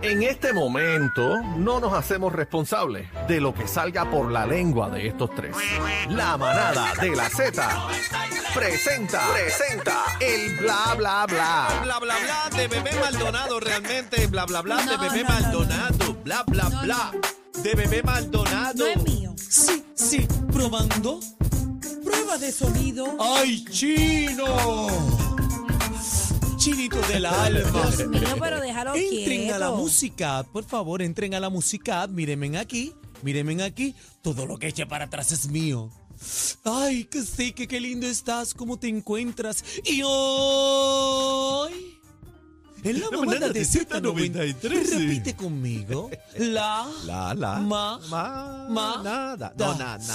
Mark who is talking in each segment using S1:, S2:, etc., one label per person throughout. S1: En este momento no nos hacemos responsables de lo que salga por la lengua de estos tres. La manada de la Z presenta, presenta el bla bla bla.
S2: Bla bla bla de bebé Maldonado, realmente bla bla bla de
S3: No,
S2: bebé
S3: no, no,
S2: Maldonado, bla bla
S3: No,
S2: bla de bebé Maldonado.
S3: No es mío.
S4: Sí, sí, probando.
S3: Prueba de sonido.
S4: ¡Ay, chino! Chinito del alma.
S3: Dios mío, pero déjalo
S4: Entren
S3: quieto.
S4: a la música, por favor, entren a la música. Mírenme aquí, mírenme aquí. Todo lo que eche para atrás es mío. Ay, que sé que qué lindo estás, cómo te encuentras. Y hoy. En la manada de Z93. Repite conmigo. La.
S2: La la
S4: Ma. Ma-
S2: nada,
S4: da.
S2: no nada,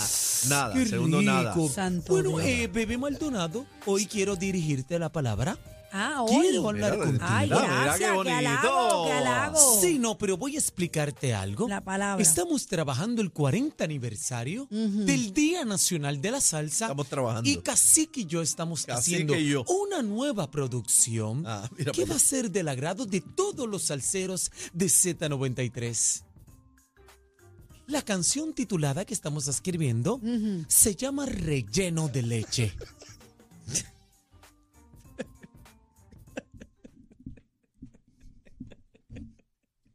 S2: nada,
S4: Qué
S2: segundo nada.
S4: rico.
S3: Santo
S4: bueno,
S3: Dios.
S4: eh, bebé Maldonado, hoy quiero dirigirte la palabra.
S3: Ah,
S4: Quiero
S3: hoy.
S4: hablar
S2: Mira,
S4: contigo.
S3: Ay,
S2: Mira, mira
S3: gracias.
S2: qué
S3: Qué
S2: bonito.
S3: halago, qué halago.
S4: Sí, no, pero voy a explicarte algo.
S3: La palabra.
S4: Estamos trabajando el 40 aniversario del Día Nacional de la Salsa.
S2: Estamos trabajando.
S4: Y Cacique y yo estamos
S2: Cacique
S4: haciendo
S2: y yo.
S4: una nueva producción
S2: Ah, mira
S4: que
S2: para
S4: va a ser del agrado de todos los salseros de Z93. La canción titulada que estamos escribiendo se llama Relleno de leche.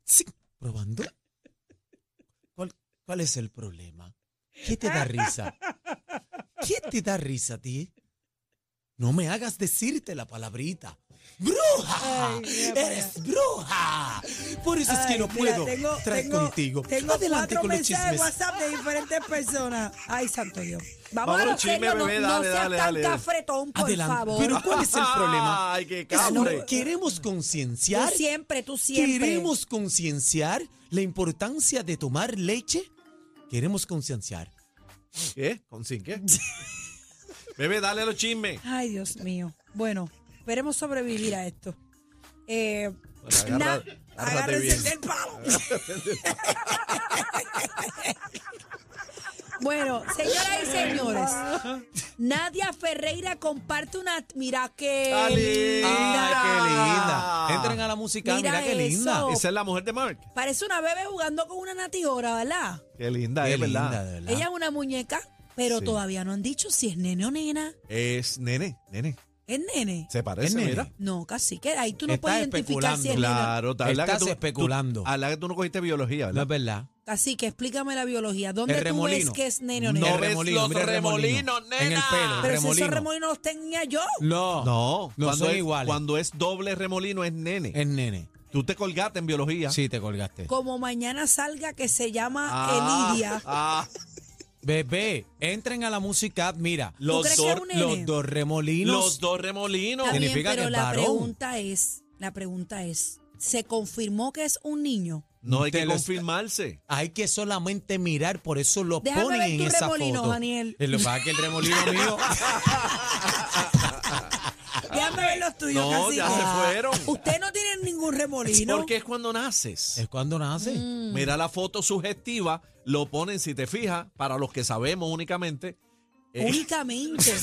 S4: Sí, probando. ¿Cuál, cuál es el problema? ¿Qué te da risa? ¿Qué te da risa a ti? No me hagas decirte la palabrita. ¡Bruja!
S3: Ay, mira para
S4: ¡Eres bruja! Por eso es
S3: Ay,
S4: que no
S3: mira,
S4: puedo
S3: tengo-
S4: traer
S3: tengo-
S4: contigo.
S3: Tengo
S4: Adelante
S3: cuatro
S4: con los
S3: mensajes
S4: chismes.
S3: de WhatsApp de diferentes personas. Ay, santo Dios. Vamos,
S2: Vamos,
S3: a lo
S2: chisme,
S3: serio, no,
S2: bebé,
S3: no
S2: dale,
S3: seas
S2: dale,
S3: tan
S2: dale.
S3: cafretón, por
S4: Adelante.
S3: favor.
S4: Pero ¿cuál es el problema?
S2: Ay, qué
S4: Es que no
S2: cabre.
S4: queremos
S3: tú
S4: concienciar.
S3: siempre, tú siempre.
S4: Queremos concienciar la importancia de tomar leche. Queremos concienciar.
S2: ¿Qué? ¿Con sin qué? Bebé, dale a los chismes.
S3: Ay, Dios mío. Bueno, esperemos sobrevivir a esto. Eh,
S2: Bueno, agarra-
S3: na-
S2: agárrate
S3: agárrense
S2: bien.
S3: del palo. bueno, señoras y señores, Nadia Ferreira comparte una. Mira que.
S2: Ah, linda.
S4: qué linda! Entren a la música, mira,
S3: Ah. Mira
S4: qué linda.
S3: eso.
S2: Esa es la mujer de Mark.
S3: Parece una bebé jugando con una natijora, ¿verdad?
S2: Qué linda,
S4: Qué
S2: es
S4: linda,
S2: verdad.
S4: de verdad.
S3: Ella es una muñeca, pero
S2: Sí.
S3: todavía no han dicho si es nene o nena.
S2: Es nene, nene.
S3: ¿Es nene?
S2: Se parece,
S4: nene.
S2: mira.
S3: No, casi que ahí tú no
S4: Está
S3: puedes identificar si es
S4: especulando.
S3: nena.
S2: Claro, tal vez
S4: Estás
S2: que tú-
S4: especulando.
S2: tú- A la que tú no cogiste biología,
S4: No
S2: ¿verdad?
S4: es verdad.
S3: Así que explícame la biología. ¿Dónde
S4: El
S3: tú
S4: remolino.
S3: ves que es nene o nena?
S2: No
S4: El
S2: ves los
S4: mira el
S2: remolinos, nena.
S4: En el pelo, el
S3: pero si
S4: remolino.
S3: esos remolinos los tenía yo.
S4: No,
S2: No,
S4: no
S2: cuando,
S4: son
S2: es,
S4: iguales.
S2: cuando es doble remolino es nene.
S4: Es nene.
S2: Tú te colgaste en biología.
S4: Sí, te colgaste.
S3: Como mañana salga que se llama
S2: Ah,
S3: Elidia.
S2: ah,
S4: Bebé, entren a la música. Mira,
S2: los,
S3: crees que
S2: dos,
S3: es un nene?
S4: los dos remolinos.
S2: los dos remolinos.
S3: Está bien,
S4: significa que
S3: pero
S4: es
S3: la
S4: varón.
S3: pregunta es, la pregunta es, ¿se confirmó que es un niño?
S2: No hay
S4: Te
S2: que
S4: lo está-
S2: confirmarse.
S4: Hay que solamente mirar, por eso lo
S3: Déjame
S4: ponen
S3: ver
S4: en
S3: tu
S4: esa
S3: remolino,
S4: foto.
S3: Daniel.
S4: Eh, Lo que pasa es que el remolino mío.
S3: Déjame ver los
S2: No,
S3: tuyos, Cacique. Ah.
S2: ya se fueron.
S3: Usted no tiene ningún remolino.
S2: Porque es cuando naces.
S4: Es cuando nace.
S3: Mm.
S2: Mira la foto sugestiva, lo ponen, si te fijas, para los que sabemos únicamente. eh,
S3: Únicamente.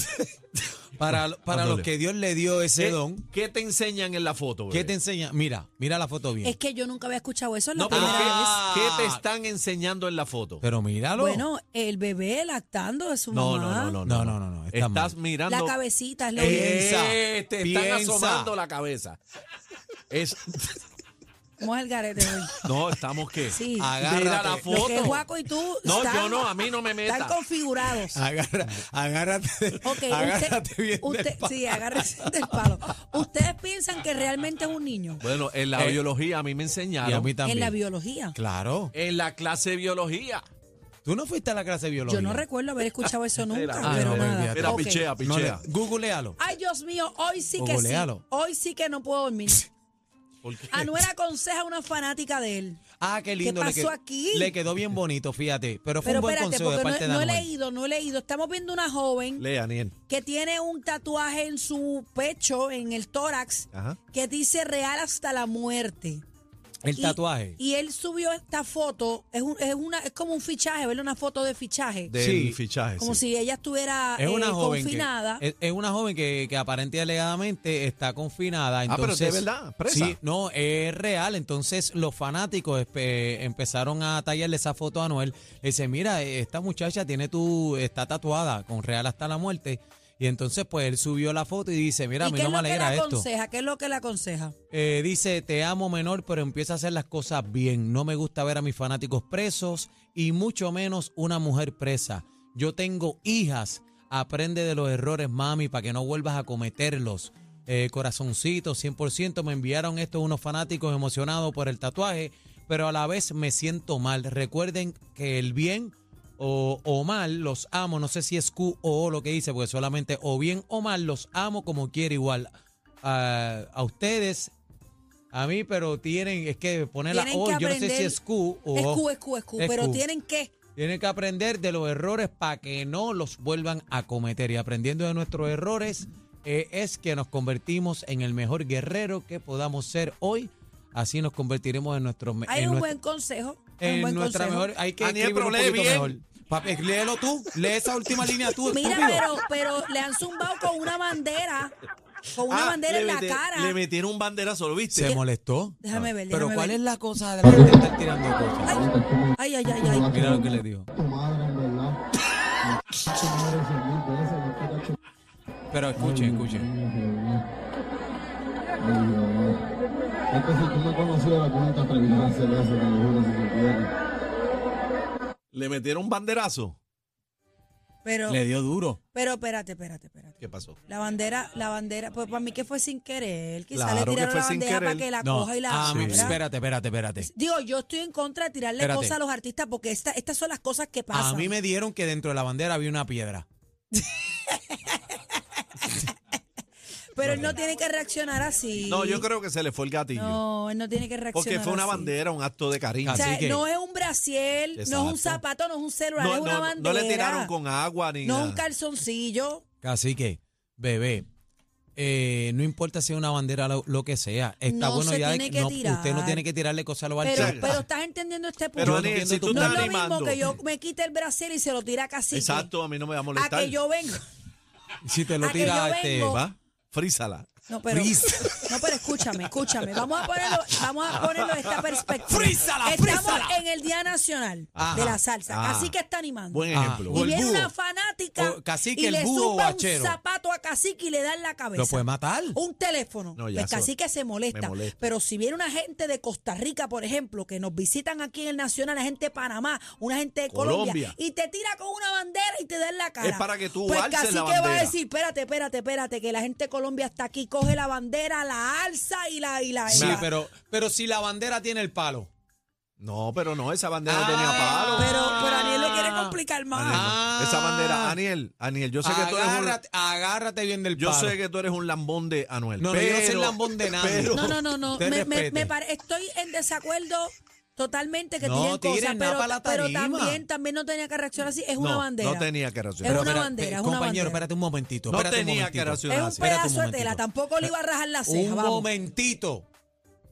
S4: Para, para
S2: Ándale.
S4: los que Dios le dio ese
S2: ¿qué,
S4: don,
S2: qué te enseñan en la foto?
S4: ¿qué
S2: bebé?
S4: te enseña? Mira, mira la foto bien.
S3: es que yo nunca había escuchado eso. Es la
S2: No, pero
S3: primera
S2: ¿qué,
S3: vez.
S4: Ah.
S2: qué te están enseñando en la foto?
S4: Pero míralo.
S3: Bueno, el bebé lactando de su
S2: No, no,
S3: mamá.
S2: no, no,
S4: No, no, no, no, está
S2: Estás
S4: mal.
S2: mirando.
S3: La cabecita es lo que
S4: Piensa,
S2: Eh, te están
S4: piensa.
S2: asomando la cabeza. Es,
S3: Vamos al garete hoy.
S2: no, estamos que.
S3: Sí.
S4: Agárrate.
S2: Mira la
S4: Lo
S3: Lo que
S2: foto.
S3: Guaco y tú
S2: No,
S3: están,
S2: yo no, a mí no me
S3: están
S2: meta.
S3: configurados.
S4: Agarra, agárrate.
S3: Ok,
S4: agárrate
S3: usted,
S4: bien. del
S3: usted-
S4: palo.
S3: sí, agárrese del palo. Ustedes piensan que realmente es un niño
S2: Bueno, en la
S4: Eh,
S2: biología a mí me
S4: Y Ah, a
S2: enseñaron.
S4: mí también.
S3: en la biología.
S4: Claro.
S2: En la clase de biología.
S4: Tú no fuiste a la clase de biología.
S3: Yo no recuerdo haber escuchado eso nunca,
S2: Era,
S3: pero
S4: no,
S3: nada.
S4: olvídate.
S2: Era
S3: Ok.
S2: pichea,
S4: No le-
S2: pichea.
S4: googlealo.
S3: Ay, Dios mío, hoy sí que sí.
S4: Googlealo.
S3: Hoy sí que no puedo dormir.
S2: ¿Por qué?
S3: Anuel aconseja a una fanática de él.
S4: Ah, qué lindo. le
S3: pasó
S4: quedó,
S3: aquí?
S4: Le quedó bien bonito, fíjate. Pero fue
S3: Pero
S4: un buen
S3: espérate,
S4: consejo de
S3: porque
S4: parte
S3: no, no he
S4: de Anuel.
S3: leído, no he leído. Estamos viendo una joven
S2: Lee, Aniel.
S3: que tiene un tatuaje en su pecho, en el tórax,
S2: Ajá.
S3: que dice real hasta la muerte.
S4: El
S3: Y-
S4: tatuaje.
S3: Y él subió esta foto, es, un- es una, es como un fichaje, ¿verdad? Una foto de fichaje.
S2: del
S4: Sí,
S2: fichaje.
S3: como
S2: sí.
S3: si ella estuviera
S4: es una
S3: eh,
S4: joven
S3: confinada.
S4: que es, es una joven que, que aparente y alegadamente está confinada
S2: Ah, pero
S4: entonces
S2: es de verdad, presa.
S4: sí no es real entonces los fanáticos espe- empezaron a tallarle esa foto a Noel le dice mira esta muchacha tiene tu está tatuada con real hasta la muerte y entonces pues él subió la foto y dice mira a
S3: ¿Y
S4: mí
S3: qué
S4: no
S3: es
S4: me
S3: lo que le
S4: alegra esto
S3: aconseja? ¿Qué es lo que le aconseja?
S4: Eh, dice, te amo menor, pero empieza a hacer las cosas bien. No me gusta ver a mis fanáticos presos y mucho menos una mujer presa. Yo tengo hijas. Aprende de los errores, mami, para que no vuelvas a cometerlos. Eh, corazoncito, 100%. Me enviaron estos unos fanáticos emocionados por el tatuaje, pero a la vez me siento mal. Recuerden que el bien o, o mal, los amo, no sé si es Q o O lo que dice, porque solamente o bien o mal, los amo como quiera igual. A, a ustedes, a mí, pero tienen, es que poner la
S3: Tienen
S4: O,
S3: que
S4: yo no sé si
S3: aprender-
S4: es Q o
S3: es
S4: O.
S3: Q, es Q, es Q,
S4: Oh. Es
S3: pero
S4: Q.
S3: tienen que.
S4: Tienen que aprender de los errores para que no los vuelvan a cometer. Y aprendiendo de nuestros errores eh, es que nos convertimos en el mejor guerrero que podamos ser hoy. Así nos convertiremos en nuestros me-
S3: Hay
S4: en
S3: un
S4: nuestra-
S3: buen consejo. hay un
S4: en
S3: buen
S4: Eh, nuestra
S3: consejo.
S4: mejor. Hay que
S2: Aniel,
S4: escribir un
S2: pero lee
S4: poquito mejor.
S2: bien.
S4: Papi, léelo tú. Lee esa última línea tú.
S3: Mira,
S4: estúpido.
S3: pero, pero le han zumbado con una bandera, con una
S2: Ah,
S3: bandera
S2: le
S3: en la
S2: meti-
S3: cara.
S2: Le metieron un banderazo, ¿lo viste?
S4: Se molestó. Ah.
S3: Déjame ver,
S4: Pero
S3: déjame
S4: ¿cuál
S3: ver.
S4: es la cosa de la gente estar tirando
S3: Ay,
S4: cosas?
S3: ay, ay, ay, ay.
S4: Mira lo que le digo.
S5: tu madre, en verdad. Tu madre es feliz de esa, yo quiero que-
S4: Pero
S2: Mm.
S4: escuchen, escuchen.
S5: Ay, Jehová. Ay, Jehová. Es que si tú me conocieras, tú nunca te atreverías a hacer eso, te lo juro, si supieras.
S2: Le metieron un banderazo.
S3: Pero,
S4: Le dio duro.
S3: pero espérate, espérate, espérate.
S2: ¿Qué pasó?
S3: La bandera, la bandera, pues para mí que fue sin querer. Quizá
S2: Claro que
S3: le tiraron
S2: fue
S3: la
S2: sin
S3: bandeja para
S2: querer.
S3: que la
S4: No,
S3: coja y la
S4: ah,
S3: abra.
S4: espérate, espérate, espérate.
S3: Digo, yo estoy en contra de tirarle
S4: Espérate.
S3: cosas a los artistas porque esta, estas son las cosas que
S4: A
S3: pasan.
S4: mí me dieron que dentro de la bandera había una piedra.
S3: Pero él no tiene que reaccionar así.
S2: No, yo creo que se le fue el gatillo.
S3: No, él no tiene que reaccionar
S2: porque fue una
S3: así.
S2: bandera, un acto de cariño.
S3: O sea,
S4: Así que-
S3: no es un brasiel, no es un
S2: Exacto.
S3: zapato, no es un celular,
S2: no,
S3: es una
S2: no- no
S3: bandera.
S2: le tiraron con agua ni
S3: No
S2: nada.
S3: un calzoncillo.
S4: Así que, bebé, eh, no importa si es una bandera lo, lo que sea. Está
S3: No
S4: bueno
S3: se
S4: ya de
S3: tiene
S4: que
S3: que
S4: no-
S3: tirar.
S4: usted no tiene que tirarle cosas a los
S3: Pero,
S4: artistas.
S3: pero estás entendiendo este punto.
S2: Pero,
S4: Yo
S2: Aniel,
S4: entiendo
S2: si
S4: tu
S2: tú
S3: no
S2: estás
S3: es lo
S2: animando.
S3: mismo que yo me quite el brasier y se lo tira casi.
S2: Exacto, a mí no me va a
S3: A
S2: molestar.
S3: que yo vengo.
S4: si te lo
S3: a que
S4: tira,
S3: yo
S4: este,
S3: vengo-
S2: ¿Va? Frízala.
S3: No, pero,
S4: Freeze.
S3: no, pero escúchame, escúchame. Vamos a ponerlo, vamos a ponerlo de esta perspectiva.
S4: Frízala,
S3: Estamos
S4: frízala.
S3: en el Día Nacional
S2: Ajá,
S3: de la salsa.
S2: ajá.
S3: Así que está animando.
S2: Buen
S4: Ah,
S2: ejemplo.
S4: o
S3: y
S4: el
S3: viene
S4: búho.
S3: una fanática
S4: O cacique,
S3: y
S4: el
S3: le
S4: búho
S3: zumba
S4: bachero.
S3: un zapato a cacique y le da en la cabeza.
S4: lo puede matar.
S3: Un teléfono.
S2: No, ya
S3: pues
S2: eso
S3: cacique se
S2: me
S3: molesta.
S2: molesta.
S3: Pero si viene una gente de Costa Rica, por ejemplo, que nos visitan aquí en el Nacional, la gente de Panamá, una gente de Colombia,
S2: Colombia.
S3: y te tira con una bandera y te da en la cara.
S2: Es para que tú
S3: pues
S2: alces
S3: cacique
S2: la
S3: va a
S2: bandera.
S3: decir, espérate, espérate, espérate, que la gente de Colombia está aquí, coge la bandera, la alza y la... Y la, y
S4: Sí,
S3: la-
S4: pero, pero si la bandera tiene el palo.
S2: No, pero no, esa bandera no
S4: Ah,
S2: tenía palo.
S3: Pero, pero Aniel le quiere complicar más.
S2: Aniel, no. Esa bandera,
S4: Ah.
S2: Aniel, Aniel, yo sé que tú eres un,
S4: Agárrate, agárrate bien del
S2: yo
S4: palo.
S2: sé que tú eres un lambón de Anuel.
S4: No, no, yo
S2: pero,
S4: no soy lambón de nadie.
S2: pero-
S3: No, no, no, no.
S4: Te
S3: Me, me,
S4: respete.
S3: me pare- estoy en desacuerdo totalmente que
S4: No,
S3: tienen cosas,
S4: tiren nada
S3: pero,
S4: pa' la
S3: pero
S4: tarima.
S3: también, también no tenía que reaccionar así. Es una
S2: no,
S3: bandera.
S2: No tenía que reaccionar.
S3: Es
S4: Pero
S3: una
S4: espérate,
S3: bandera, es una
S4: compañero,
S3: bandera.
S4: espérate un momentito.
S2: No
S4: espérate un
S2: tenía
S4: momentito.
S2: que reaccionar
S3: es un
S2: así.
S4: Espérate un
S3: pedazo de tela,
S4: momentito.
S3: tampoco le iba a rajar la ceja.
S4: Un
S3: vamos.
S4: momentito.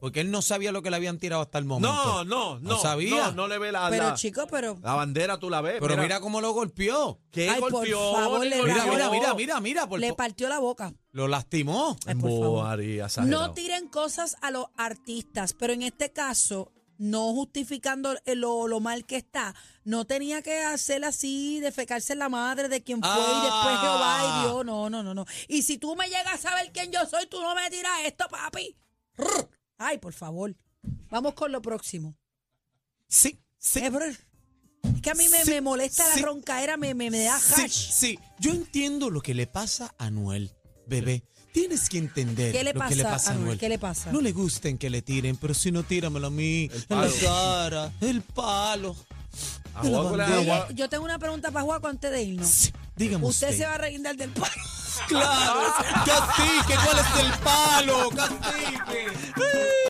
S4: Porque él no sabía lo que le habían tirado hasta el momento.
S2: No, no, no.
S4: No sabía.
S2: No, no le ve la,
S3: Pero
S2: la,
S3: chicos, pero.
S2: la bandera, tú la ves.
S4: Pero mira cómo lo golpeó.
S2: ¿Qué
S3: Ay, por
S2: golpeó?
S3: favor, le
S2: Nicole?
S4: Mira,
S3: Pero-
S4: mira, mira, mira, mira. por
S3: Le
S4: po-
S3: partió la boca.
S4: lo lastimó.
S3: Ay, por favor.
S2: Boaría, exagerado.
S3: No tiren cosas a los artistas, pero en este caso, no justificando eh, lo, lo mal que está, no tenía que hacer así, defecarse en la madre de quien fue y después Jehová
S4: Ah.
S3: y Dios. No, no, no, no. Y si tú me llegas a saber quién yo soy, tú no me tiras esto, papi. Rrr. Ay, por favor. Vamos con lo próximo.
S4: Sí, sí.
S3: Eh, brr. Es que a mí me,
S4: Sí,
S3: me molesta
S4: sí.
S3: la roncaera, me, me, me da
S4: Sí,
S3: hash.
S4: sí. Yo entiendo lo que le pasa a Noel, bebé. Tienes que entender
S3: ¿Qué le
S4: lo que le
S3: pasa
S4: pasa
S3: a
S4: a
S3: Noel?
S4: Noel.
S3: ¿Qué le pasa?
S4: No le gusten que le tiren, pero si no, tíramelo a mí. En la
S2: palo.
S4: cara, el palo.
S2: A Juaco le- a
S3: Oye,
S2: Juaco-
S3: yo tengo una pregunta para Juaco antes de irnos.
S4: Sí, dígame usted.
S3: Usted se va a reguindar del palo.
S4: Claro, cacique, ¿cuál es el palo? Cacique.